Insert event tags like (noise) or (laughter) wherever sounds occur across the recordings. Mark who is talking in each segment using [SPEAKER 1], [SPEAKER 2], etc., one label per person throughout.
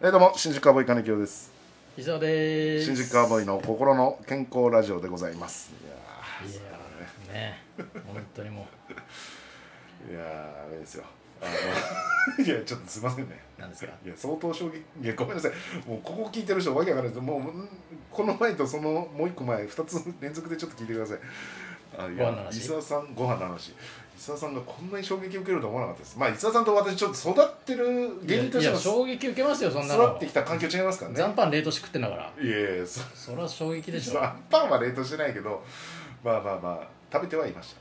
[SPEAKER 1] えーどうも新宿アボーイ金城です
[SPEAKER 2] 伊沢でーす
[SPEAKER 1] 新宿アボーイの心の健康ラジオでございますい
[SPEAKER 2] いやーね本当にも
[SPEAKER 1] やーいやーあれですよあ
[SPEAKER 2] (laughs)
[SPEAKER 1] のいやちょっとすいませんね
[SPEAKER 2] うなんですか
[SPEAKER 1] いや相当衝撃いやごめんなさいもうここ聞いてる人わけわかんないですもううんこの前とそのもう一個前二つ連続でちょっと聞いてくださいあい
[SPEAKER 2] ご飯の
[SPEAKER 1] や
[SPEAKER 2] 話
[SPEAKER 1] 伊沢さんご飯の話伊沢さんがこんなに衝撃を受けるとは思わなかったですまあ伊沢さんと私ちょっと育ってる (laughs) 芸人とし
[SPEAKER 2] い
[SPEAKER 1] て
[SPEAKER 2] や
[SPEAKER 1] も
[SPEAKER 2] 衝撃受けますよそんな
[SPEAKER 1] 育っ
[SPEAKER 2] の
[SPEAKER 1] てきた環境違いますからね
[SPEAKER 2] 残飯冷凍して食ってんだから
[SPEAKER 1] いやいやそ
[SPEAKER 2] それは衝撃でしょ
[SPEAKER 1] アンパンは冷凍してないけどまあまあまあ食べてはいまし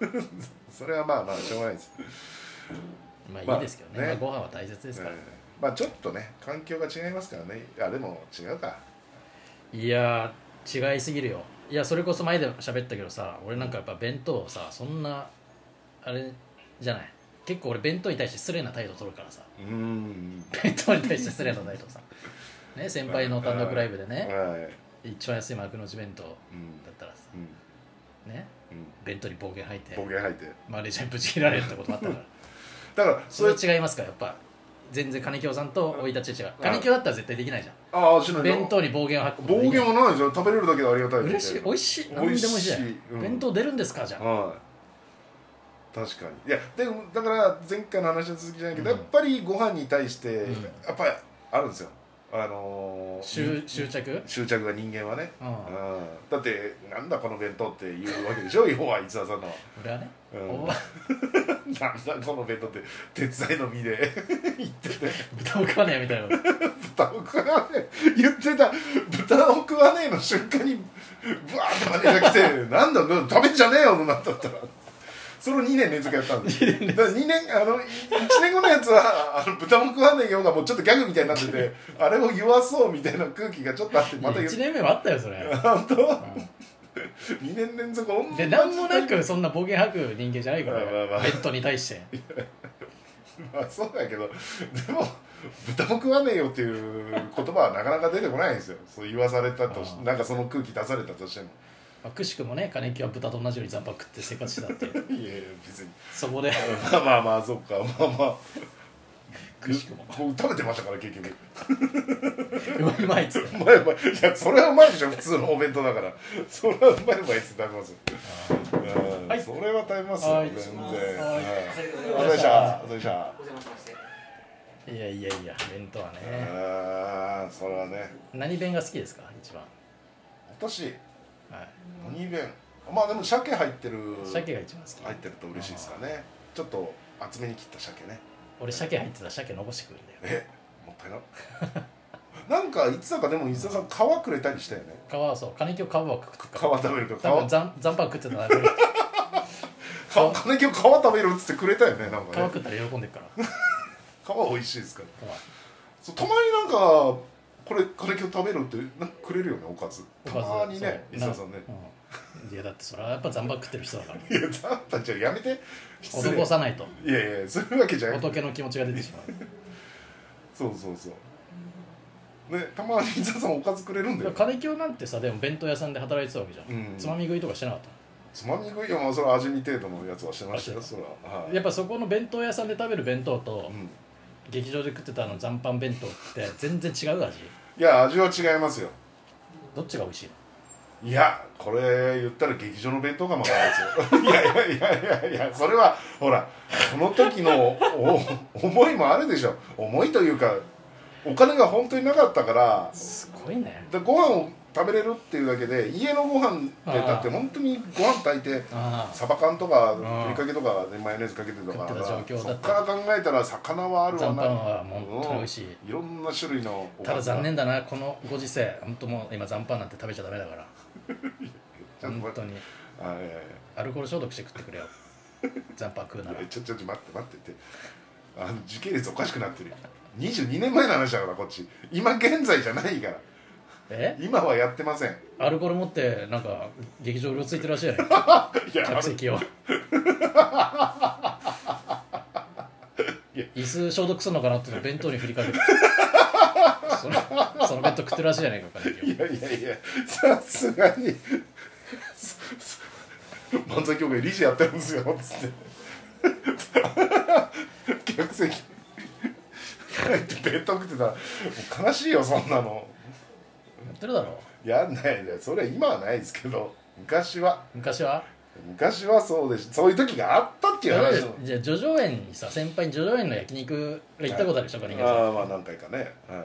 [SPEAKER 1] た、うん (laughs) それはまあまあしょうがないです、
[SPEAKER 2] ま
[SPEAKER 1] ま
[SPEAKER 2] あ
[SPEAKER 1] あ
[SPEAKER 2] いいですけどね,、
[SPEAKER 1] ね
[SPEAKER 2] まあ、ご飯は大切ですから、
[SPEAKER 1] えーまあちょっとね環境が違いますからねあでも違うか
[SPEAKER 2] いやー違いすぎるよいやそれこそ前で喋ったけどさ俺なんかやっぱ弁当をさそんなあれじゃない結構俺弁当に対して失礼な態度取るからさ (laughs)
[SPEAKER 1] うーん
[SPEAKER 2] 弁当に対して失礼な態度さね先輩の単独ライブでね
[SPEAKER 1] はい、
[SPEAKER 2] 一番安い幕の内弁当だ
[SPEAKER 1] うん
[SPEAKER 2] ったらさ
[SPEAKER 1] うん
[SPEAKER 2] ね
[SPEAKER 1] うん
[SPEAKER 2] 弁当に暴言吐いて
[SPEAKER 1] 暴言吐いて
[SPEAKER 2] マレーシアにぶち切られるってこと
[SPEAKER 1] (laughs)
[SPEAKER 2] もあったから
[SPEAKER 1] だから
[SPEAKER 2] そ
[SPEAKER 1] そ
[SPEAKER 2] れ
[SPEAKER 1] れ
[SPEAKER 2] 違いますかやっぱ全然金京さんと生い立ちは違う
[SPEAKER 1] うん
[SPEAKER 2] 金京だったら絶対できないじゃ
[SPEAKER 1] ああしなんい
[SPEAKER 2] 弁当に暴言を吐くこと
[SPEAKER 1] 暴
[SPEAKER 2] でき
[SPEAKER 1] 言
[SPEAKER 2] な
[SPEAKER 1] は
[SPEAKER 2] い
[SPEAKER 1] ないですよ食べれるだけでありがたい
[SPEAKER 2] 嬉しい美味しい何でも美味しいじゃ
[SPEAKER 1] 美味
[SPEAKER 2] ん
[SPEAKER 1] しいうん
[SPEAKER 2] 弁当出るんですかじゃん
[SPEAKER 1] はい確かにいやでもだから前回の話の続きじゃないけど、
[SPEAKER 2] うん
[SPEAKER 1] やっぱりご飯に対して、
[SPEAKER 2] うん
[SPEAKER 1] やっぱりあるんですよあのー
[SPEAKER 2] 執
[SPEAKER 1] に
[SPEAKER 2] 執着
[SPEAKER 1] 執着が人間はね、
[SPEAKER 2] うん
[SPEAKER 1] うんだってなんだこの弁当って言うわけでしょ要は伊沢さんの、
[SPEAKER 2] 俺はね
[SPEAKER 1] う
[SPEAKER 2] お
[SPEAKER 1] ん、なんだこの弁当って鉄材の身で (laughs) 言ってて
[SPEAKER 2] 豚を食わねえみたいなこと
[SPEAKER 1] 豚を食わねえ言ってた豚を食わねえの瞬間にブワーってマネージャー来て (laughs) なんだ食べんじゃねえよなんだったらそれを2年連続やったんです2年2年あの1年後のやつはあの豚も食わねえよがもうちょっとギャグみたいになっててあれを言わそうみたいな空気がちょっとあってまた言っ
[SPEAKER 2] 1年目はあったよそれ
[SPEAKER 1] 本当2年連続同じ
[SPEAKER 2] で何もなくそんな暴言吐く人間じゃないから
[SPEAKER 1] まあまあまあ
[SPEAKER 2] 弁当に対して
[SPEAKER 1] まあそうやけどでも豚も食わねえよっていう言葉はなかなか出てこないんですよそう言わされたとし
[SPEAKER 2] あー
[SPEAKER 1] なんかその空気出されたとしても
[SPEAKER 2] まあくしくもね金京は豚と同じように残飯食って生活してたっていう
[SPEAKER 1] いやいや別に (laughs)
[SPEAKER 2] そこで
[SPEAKER 1] まあまあまあそっかまあまあ
[SPEAKER 2] くしくも
[SPEAKER 1] う食べてましたから結局
[SPEAKER 2] うまいうまいっつって
[SPEAKER 1] うまいうまいいやそれはうまいでしょ普通のお弁当だからそれはうまいうまいっつって食べますようん
[SPEAKER 2] はい
[SPEAKER 1] それは食べますよ
[SPEAKER 2] はい
[SPEAKER 1] 全然
[SPEAKER 2] は
[SPEAKER 1] はいいお疲れ様でしたお疲れ様でした
[SPEAKER 3] お邪魔しまして。
[SPEAKER 2] いやいやいや弁当はね
[SPEAKER 1] ああそれはね
[SPEAKER 2] 何弁が好きですか一番
[SPEAKER 1] 私
[SPEAKER 2] はい
[SPEAKER 1] 何弁まあでも鮭入ってる
[SPEAKER 2] 鮭が一番好き
[SPEAKER 1] 入ってると嬉しいですかねちょっと厚めに切った鮭ね
[SPEAKER 2] 俺鮭入ってたら鮭残してくるんだよ
[SPEAKER 1] えもったいななんかいつだかでも伊沢さん皮くれたりしたよね
[SPEAKER 2] 皮はそう金京皮は食って
[SPEAKER 1] 皮
[SPEAKER 2] たから
[SPEAKER 1] 食べるか
[SPEAKER 2] 多
[SPEAKER 1] ら
[SPEAKER 2] 分
[SPEAKER 1] 皮
[SPEAKER 2] 残残飯食ってた (laughs) ら俺
[SPEAKER 1] か金木を皮食べるっつってくれたよねなん
[SPEAKER 2] 皮
[SPEAKER 1] かね
[SPEAKER 2] 食ったら喜んでるから
[SPEAKER 1] 皮美味しいですから
[SPEAKER 2] ごめん
[SPEAKER 1] そうたまになんかこれ金木を食べるってなんかくれるよねおかず (laughs)
[SPEAKER 2] お
[SPEAKER 1] た
[SPEAKER 2] かず
[SPEAKER 1] まにね
[SPEAKER 2] そう
[SPEAKER 1] 伊沢さんね
[SPEAKER 2] うんいやだってそれはやっぱ残飯食ってる人だから
[SPEAKER 1] いやだったじゃやめて (laughs) 失礼
[SPEAKER 2] 男さないと
[SPEAKER 1] いやいやそういうわけじゃない
[SPEAKER 2] 仏の気持ちが出てしま
[SPEAKER 1] (laughs)
[SPEAKER 2] う
[SPEAKER 1] そうそうそうねたまに伊沢さんおかずくれるんだよ
[SPEAKER 2] 金京なんてさでも弁当屋さんで働いてたわけじゃん、
[SPEAKER 1] うん
[SPEAKER 2] つまみ食いとかしてなかっ
[SPEAKER 1] つまみ食いはまあそれは味見程度のやつはしてましたよ
[SPEAKER 2] あ
[SPEAKER 1] それはは
[SPEAKER 2] た
[SPEAKER 1] い
[SPEAKER 2] やっぱそこの弁当屋さんで食べる弁当と、
[SPEAKER 1] うん
[SPEAKER 2] 劇場で食ってたあの残飯弁当って全然違う味
[SPEAKER 1] いや味は違いますよ
[SPEAKER 2] どっちが美味しいの
[SPEAKER 1] いやこれ言ったら劇場の弁当かもわからないですよ (laughs) いやいやいやいやいやそれはほらその時のお思いもあるでしょ思いというかお金が本当になかったから
[SPEAKER 2] すごいね
[SPEAKER 1] でご飯を食べれるっていうだけで家のご飯
[SPEAKER 2] あ
[SPEAKER 1] で
[SPEAKER 2] ー
[SPEAKER 1] だって本当にご飯炊いて
[SPEAKER 2] ああ
[SPEAKER 1] サバ缶とか
[SPEAKER 2] ん
[SPEAKER 1] ふりかけとかでマヨネーズかけてとか
[SPEAKER 2] 食ってた状況
[SPEAKER 1] そ
[SPEAKER 2] だ
[SPEAKER 1] っ
[SPEAKER 2] った
[SPEAKER 1] から考えたら魚はあるわ
[SPEAKER 2] 残飯
[SPEAKER 1] な
[SPEAKER 2] はもう本当に美味しい
[SPEAKER 1] うんいろんな種類のおかず
[SPEAKER 2] ただ残念
[SPEAKER 1] が
[SPEAKER 2] だなこのご時世本当もう今残飯なんて食べちゃダメだから
[SPEAKER 1] ちょっと
[SPEAKER 2] 本
[SPEAKER 1] 待
[SPEAKER 2] 当
[SPEAKER 1] って
[SPEAKER 2] に
[SPEAKER 1] あいやいやいや
[SPEAKER 2] アルコール消毒して食ってくれ
[SPEAKER 1] (laughs)
[SPEAKER 2] よ残飯食うないら
[SPEAKER 1] やちょちょちょ待って待ってってあの時系列おかしくなってるよ22年前の話だからこっち今現在じゃないから
[SPEAKER 2] え
[SPEAKER 1] 今はやってません
[SPEAKER 2] アルコール持ってなんか劇場うろついてるらしいよね
[SPEAKER 1] い (laughs) やあの
[SPEAKER 2] 客席を
[SPEAKER 1] いや
[SPEAKER 2] 椅子消毒するのかなって弁当に振りかけてそのその弁当食ってるらしいじゃないか金木を
[SPEAKER 1] いやいやいやさすがにすす漫才協会理事やってる (laughs) んですよつって客席帰って弁当食ってたらもう悲しいよそんなの
[SPEAKER 2] ってるだろう
[SPEAKER 1] やんないでそれは今はないですけど昔は
[SPEAKER 2] 昔は
[SPEAKER 1] 昔はそうでしそういう時があったっていう話も
[SPEAKER 2] じゃあ叙々苑にさ先輩に叙々苑の焼肉が行ったことあるでしょ、これ
[SPEAKER 1] ああまあ何回かねは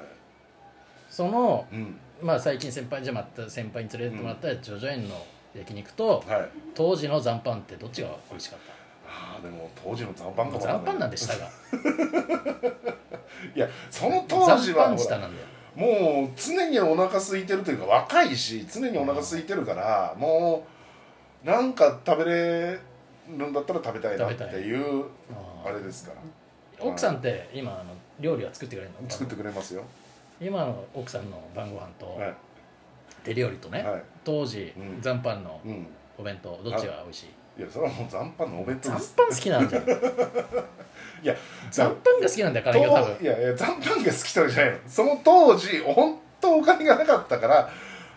[SPEAKER 2] その
[SPEAKER 1] いうん
[SPEAKER 2] まあ最近先輩じゃあまた先輩に連れてってもらった叙々苑の焼肉と、
[SPEAKER 1] はい
[SPEAKER 2] 当時の残飯ってどっちが美味しかっ
[SPEAKER 1] ああでも当時の残飯か
[SPEAKER 2] た
[SPEAKER 1] も
[SPEAKER 2] 残飯なん
[SPEAKER 1] で
[SPEAKER 2] で下が
[SPEAKER 1] いやその (laughs) 当時は
[SPEAKER 2] 残飯
[SPEAKER 1] ほ
[SPEAKER 2] 下
[SPEAKER 1] ら
[SPEAKER 2] なんだよ
[SPEAKER 1] もう常にお腹空いてるというか若いし常にお腹空いてるからもうなんか食べれるんだったら食べたいなっていう
[SPEAKER 2] あ
[SPEAKER 1] あ
[SPEAKER 2] ー
[SPEAKER 1] れですから
[SPEAKER 2] 奥さんって今あの料理は作ってくれるの
[SPEAKER 1] 作ってくれますよ
[SPEAKER 2] 今の奥さんの晩ご飯と
[SPEAKER 1] はい
[SPEAKER 2] 手料理とね、
[SPEAKER 1] は
[SPEAKER 2] 当時、
[SPEAKER 1] うん
[SPEAKER 2] 残飯の
[SPEAKER 1] いうん
[SPEAKER 2] お弁当どっちが美味しい
[SPEAKER 1] いやそれはもう残飯のお弁当
[SPEAKER 2] 残
[SPEAKER 1] です
[SPEAKER 2] 飯好き
[SPEAKER 1] (laughs)
[SPEAKER 2] なんじゃん
[SPEAKER 1] いや
[SPEAKER 2] 残飯が好きなんだよ彼が多分
[SPEAKER 1] といやいや残飯が好きとかじゃないのその当時本当お金がなかったから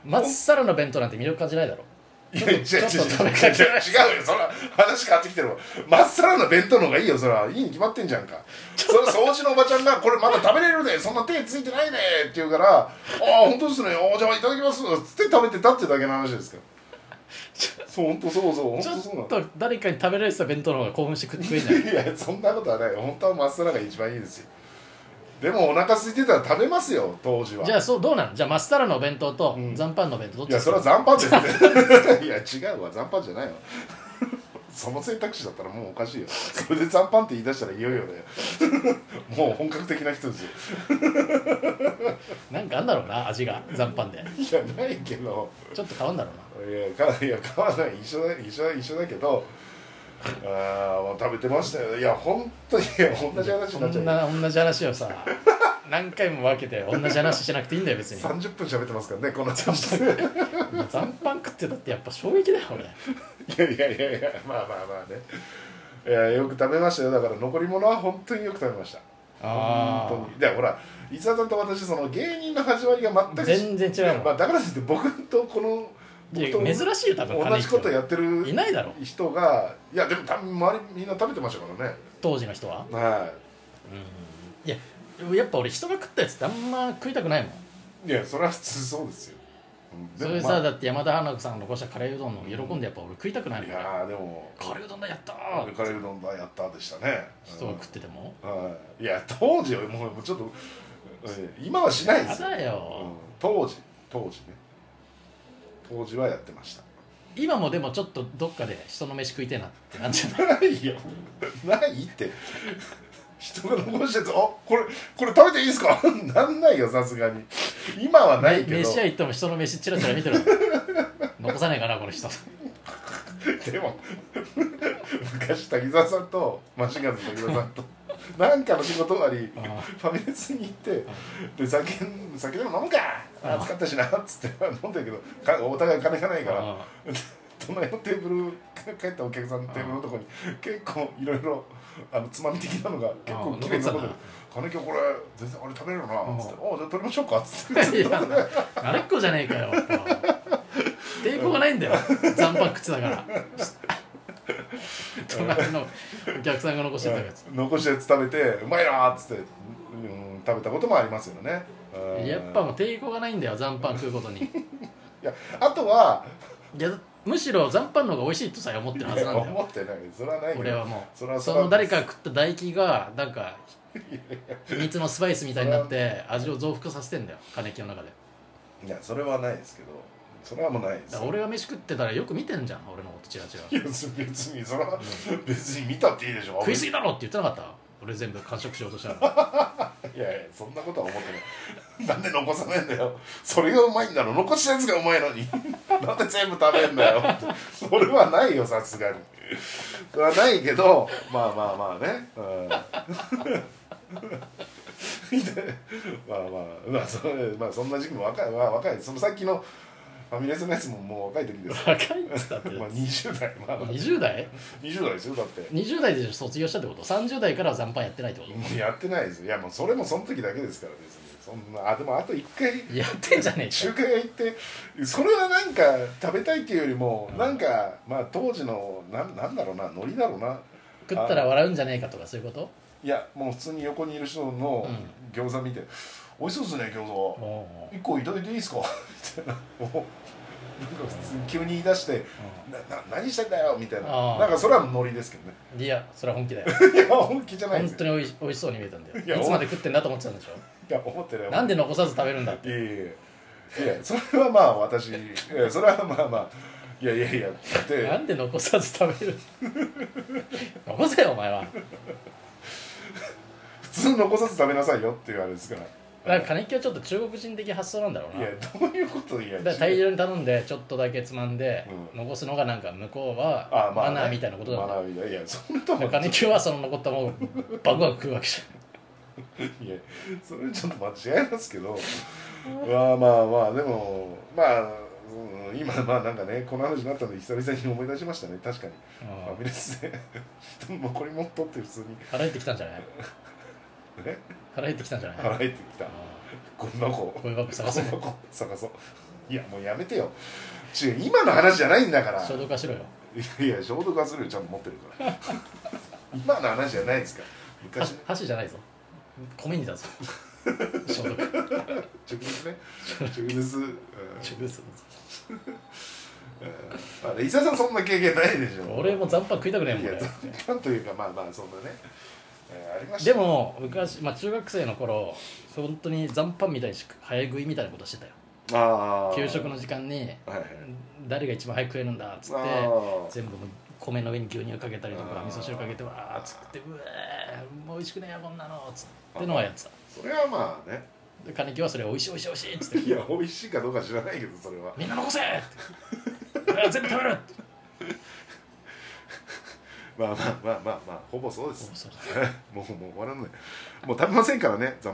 [SPEAKER 2] まっさらの弁当なんて魅力感じないだろ
[SPEAKER 1] い
[SPEAKER 2] ちょ
[SPEAKER 1] や
[SPEAKER 2] っと
[SPEAKER 1] 違う違う違う違う違う
[SPEAKER 2] ちょっと食べかけない
[SPEAKER 1] よそら話変わってきてるわまっさらの弁当の方がいいよそらいいに決まってんじゃんかそれ掃除のおばちゃんが「これまだ食べれるでそんな手ついてないで」って言うから「ああ本当ですねおじゃあいただきます」っつって食べてたってだけの話ですからそう本当そうそう本
[SPEAKER 2] ち
[SPEAKER 1] 当
[SPEAKER 2] ょ
[SPEAKER 1] そうな
[SPEAKER 2] っ
[SPEAKER 1] の
[SPEAKER 2] と誰かに食べられてた弁当の方が興奮して食ってくれんじゃん
[SPEAKER 1] いやそんなことはない本当はまっさらが一番いいですよでもお腹空いてたら食べますよ当時は
[SPEAKER 2] じゃあそうどうなのじゃあまっさらのお弁当と
[SPEAKER 1] うん
[SPEAKER 2] 残飯のお弁当どっ
[SPEAKER 1] い
[SPEAKER 2] ち
[SPEAKER 1] や
[SPEAKER 2] が
[SPEAKER 1] それ
[SPEAKER 2] 好
[SPEAKER 1] は
[SPEAKER 2] き
[SPEAKER 1] 残飯ですねいや違うわ残飯じゃないわその選択肢だったらもうおかしいよそれで残飯って言い出したらいよいよだよもう本格的な人ですよ
[SPEAKER 2] なんかあんだろうな味が残飯で
[SPEAKER 1] いやないけど
[SPEAKER 2] ちょっと変わんだろうない
[SPEAKER 1] やかいや買わない一緒だ一緒だ一緒だけどあーもう食べてましたよいや本当にいや同じ話になっち
[SPEAKER 2] そん
[SPEAKER 1] ゃう
[SPEAKER 2] な同じ
[SPEAKER 1] (laughs)
[SPEAKER 2] 話をさ何回も分けて同じ話しなくていいんだ
[SPEAKER 1] (laughs)
[SPEAKER 2] よ別に残
[SPEAKER 1] 30分喋ってますからねこの話い
[SPEAKER 2] 飯食ってたってやっぱ衝撃だよ俺
[SPEAKER 1] やいやいやいやまあまあまあねいやよく食べましたよだから残り物は本当によく食べました本
[SPEAKER 2] あ
[SPEAKER 1] 当にでほら伊沢さんと私その芸人の始まりが全く
[SPEAKER 2] 全然違うもん
[SPEAKER 1] まあ、だからといって僕とこの
[SPEAKER 2] あい
[SPEAKER 1] 僕
[SPEAKER 2] や
[SPEAKER 1] と
[SPEAKER 2] 珍しいよ多分
[SPEAKER 1] 同じことやってる
[SPEAKER 2] いないだろ
[SPEAKER 1] 人がいやでも多分周りみんな食べてましたからね
[SPEAKER 2] 当時の人は
[SPEAKER 1] は
[SPEAKER 2] うんいやでもやっぱ俺人が食ったやつってあんま食いたくないもん
[SPEAKER 1] いいやそれは普通そうですよ、うん
[SPEAKER 2] そ
[SPEAKER 1] でも
[SPEAKER 2] れさ、
[SPEAKER 1] まあ
[SPEAKER 2] だって山田花子さんの残したカレーうどんの喜んでやっぱ俺食いたくないもん
[SPEAKER 1] い
[SPEAKER 2] ね
[SPEAKER 1] やーでも
[SPEAKER 2] カレーうどんだやった
[SPEAKER 1] カレ
[SPEAKER 2] ー
[SPEAKER 1] ーうどんだやったでしたね
[SPEAKER 2] 人が食ってても
[SPEAKER 1] うんはいいや当時はもうもうちょっとうん今はしないで
[SPEAKER 2] や
[SPEAKER 1] すよ、
[SPEAKER 2] だ
[SPEAKER 1] うん
[SPEAKER 2] よ、
[SPEAKER 1] 当時当時ね当時はやってました
[SPEAKER 2] 今もでもちょっとどっかで人の飯食いてえなってなんじゃない
[SPEAKER 1] ないよないって人が残したやつあこれこれ食べていいですかなんないよさすがに今はないけど
[SPEAKER 2] 飯屋行っても人の飯チラチラ見
[SPEAKER 1] (laughs)
[SPEAKER 2] てる残さないかなこの人
[SPEAKER 1] でも昔滝沢さんとマシンガンズ滝沢さんとなんかの仕事終わり
[SPEAKER 2] あー
[SPEAKER 1] ファミレスに行ってで酒酒でも飲むか
[SPEAKER 2] あ
[SPEAKER 1] 暑かったしなっつって飲んだけどかお互い金がないから
[SPEAKER 2] あ
[SPEAKER 1] (laughs) 隣のテーブル帰ったお客さんのテーブルのとこに結構いろいろあのつまみ的なのが結構きれいに残ってる「金木これ全然あれ食べれるな」
[SPEAKER 2] うん
[SPEAKER 1] っつって「おじゃあ取りましょうか」っつ
[SPEAKER 2] (laughs)
[SPEAKER 1] って
[SPEAKER 2] ーいや慣れっこじゃねえかよ抵抗がないんだよ残飯口だから隣のお客さんが残してたやつ
[SPEAKER 1] 残したやつ食べて「うまいな」っつって、うん、食べたこともありますよねうん
[SPEAKER 2] やっぱもう抵抗がないんだよ残飯食うことに
[SPEAKER 1] いやあとはい
[SPEAKER 2] やむしろ残飯の方が美味しいとさえ思ってるはずなんだよ
[SPEAKER 1] 思ってないそれはないけど
[SPEAKER 2] 俺はもう
[SPEAKER 1] そ
[SPEAKER 2] そ
[SPEAKER 1] れはそう
[SPEAKER 2] の誰かが食った唾液がな
[SPEAKER 1] (laughs)
[SPEAKER 2] んか秘密のスパイスみたいになって味を増幅させてんだよ金木の中で
[SPEAKER 1] いやそれはないですけどそれはもうないです
[SPEAKER 2] だから俺が飯食ってたらよく見てんじゃん俺のことチラチラ
[SPEAKER 1] いや別にそれは別に見たっていいでしょ
[SPEAKER 2] 食いすぎだろって言ってなかった俺全部完食しよう
[SPEAKER 1] (laughs)
[SPEAKER 2] としたら
[SPEAKER 1] いやいやそんなことは思ってない (laughs) なんで残さないんだよそれがうまいんだろ残したやつがうまいのに (laughs) なんで全部食べんだよそれはないよさすがにそれはないけどまあまあまあねうん (laughs) まあまあまあそれまあそんな時期も若い、まあ、若いそのさっきのファミレスのやつももう若い時です
[SPEAKER 2] 若いっつったって
[SPEAKER 1] まあ20代まあまあ
[SPEAKER 2] 20代
[SPEAKER 1] 20代ですよだって
[SPEAKER 2] 20代で卒業したってこと30代からは残飯やってないってこ
[SPEAKER 1] もうやってないですよいやもうそれもその時だけですから別にそんなあでもあと1回
[SPEAKER 2] とやってんじゃねえか
[SPEAKER 1] 中華屋行ってそれはなんか食べたいっていうよりも、
[SPEAKER 2] うん
[SPEAKER 1] なんかまあ当時のなんなんだろうなノリだろうな
[SPEAKER 2] 食ったら笑うんじゃねえかとかそういうこと
[SPEAKER 1] いやもう普通に横にいる人の餃子見て「美味しそうですね餃子」
[SPEAKER 2] おうおう
[SPEAKER 1] 一個いただいていいですか?」みたいなおなんか普通に急に言い出して「なな何してんだよ」みたいな
[SPEAKER 2] あー
[SPEAKER 1] なんかそれはノリですけどね
[SPEAKER 2] うんいやそれは本気だよ
[SPEAKER 1] いや本気じゃないです
[SPEAKER 2] 本当
[SPEAKER 1] よ
[SPEAKER 2] においし美味しそうに見えたんだよ
[SPEAKER 1] いや
[SPEAKER 2] いつまで食ってんだと思ってたんでしょ
[SPEAKER 1] いや思ってない
[SPEAKER 2] なんで残さず食べるんだっ
[SPEAKER 1] い
[SPEAKER 2] て
[SPEAKER 1] やいやいやいやそれはまあ私いやそれはまあまあいやいやいやって
[SPEAKER 2] なんで残さず食べる (laughs) 残せよお前は
[SPEAKER 1] 普通残さず食べなさいよっていうあれですから
[SPEAKER 2] なんか金木はちょっと中国人的発想なんだろう
[SPEAKER 1] い
[SPEAKER 2] な
[SPEAKER 1] やどういうこといや
[SPEAKER 2] だから大量に頼んでちょっとだけつまんで、
[SPEAKER 1] うん
[SPEAKER 2] 残すのがなんか向こう
[SPEAKER 1] あ
[SPEAKER 2] は
[SPEAKER 1] まあ
[SPEAKER 2] マ
[SPEAKER 1] ね
[SPEAKER 2] ナーみたいなことだ
[SPEAKER 1] マ
[SPEAKER 2] ね
[SPEAKER 1] ナーみたいないやそんなもん
[SPEAKER 2] 金木はその残ったもんをバクバク食うわけじ
[SPEAKER 1] いやそれちょっと間違いますけどまあまあまあでもまあ、うん今まあなんかねこの話になったんで久々に思い出しましたね確かに
[SPEAKER 2] ゃん、
[SPEAKER 1] フ (laughs) ァミ
[SPEAKER 2] うん
[SPEAKER 1] レスで残り物取って普通に
[SPEAKER 2] 腹減ってきたんじゃない
[SPEAKER 1] ね
[SPEAKER 2] 腹減ってきたんじゃない
[SPEAKER 1] 払えてきたゴミ箱
[SPEAKER 2] こういうバッグ探せ
[SPEAKER 1] ゴミ箱探そういやもうやめてよ違う今の話じゃないんだから
[SPEAKER 2] 消毒化しろよ
[SPEAKER 1] いや消毒はするよちゃんと持ってるから
[SPEAKER 2] (laughs)
[SPEAKER 1] 今の話じゃないですか
[SPEAKER 2] は
[SPEAKER 1] 昔
[SPEAKER 2] 箸じゃないぞ米に
[SPEAKER 1] (laughs)
[SPEAKER 2] だぞ消毒
[SPEAKER 1] 直接ね直接、うんあ伊沢さんそんな経験ないでしょ
[SPEAKER 2] 俺も残飯食いたくねえもん
[SPEAKER 1] いやな
[SPEAKER 2] 俺
[SPEAKER 1] んというかまあまあそんなね、えーありました
[SPEAKER 2] でも昔、まあ、中学生の頃本当に残飯みたいにし早食いみたいなことしてたよ
[SPEAKER 1] あー
[SPEAKER 2] 給食の時間に
[SPEAKER 1] はいはい
[SPEAKER 2] 誰が一番早く食えるんだっつって
[SPEAKER 1] あー
[SPEAKER 2] 全部もう米の上に牛乳かけたりとか
[SPEAKER 1] あー
[SPEAKER 2] 味噌汁かけてわーっつってうわーもう美味しくねえよこんなのっつってのはやってた
[SPEAKER 1] それはまあね
[SPEAKER 2] で金木はそれ美味しい美味しい美味しいっつって
[SPEAKER 1] いや美味しいかどうか知らないけどそれは
[SPEAKER 2] みんな残せって俺は全部食べる
[SPEAKER 1] (laughs)
[SPEAKER 2] って
[SPEAKER 1] まあまあまあまあまあほぼそうです
[SPEAKER 2] そう
[SPEAKER 1] (laughs) もうもう終わらないもう食べませんからね残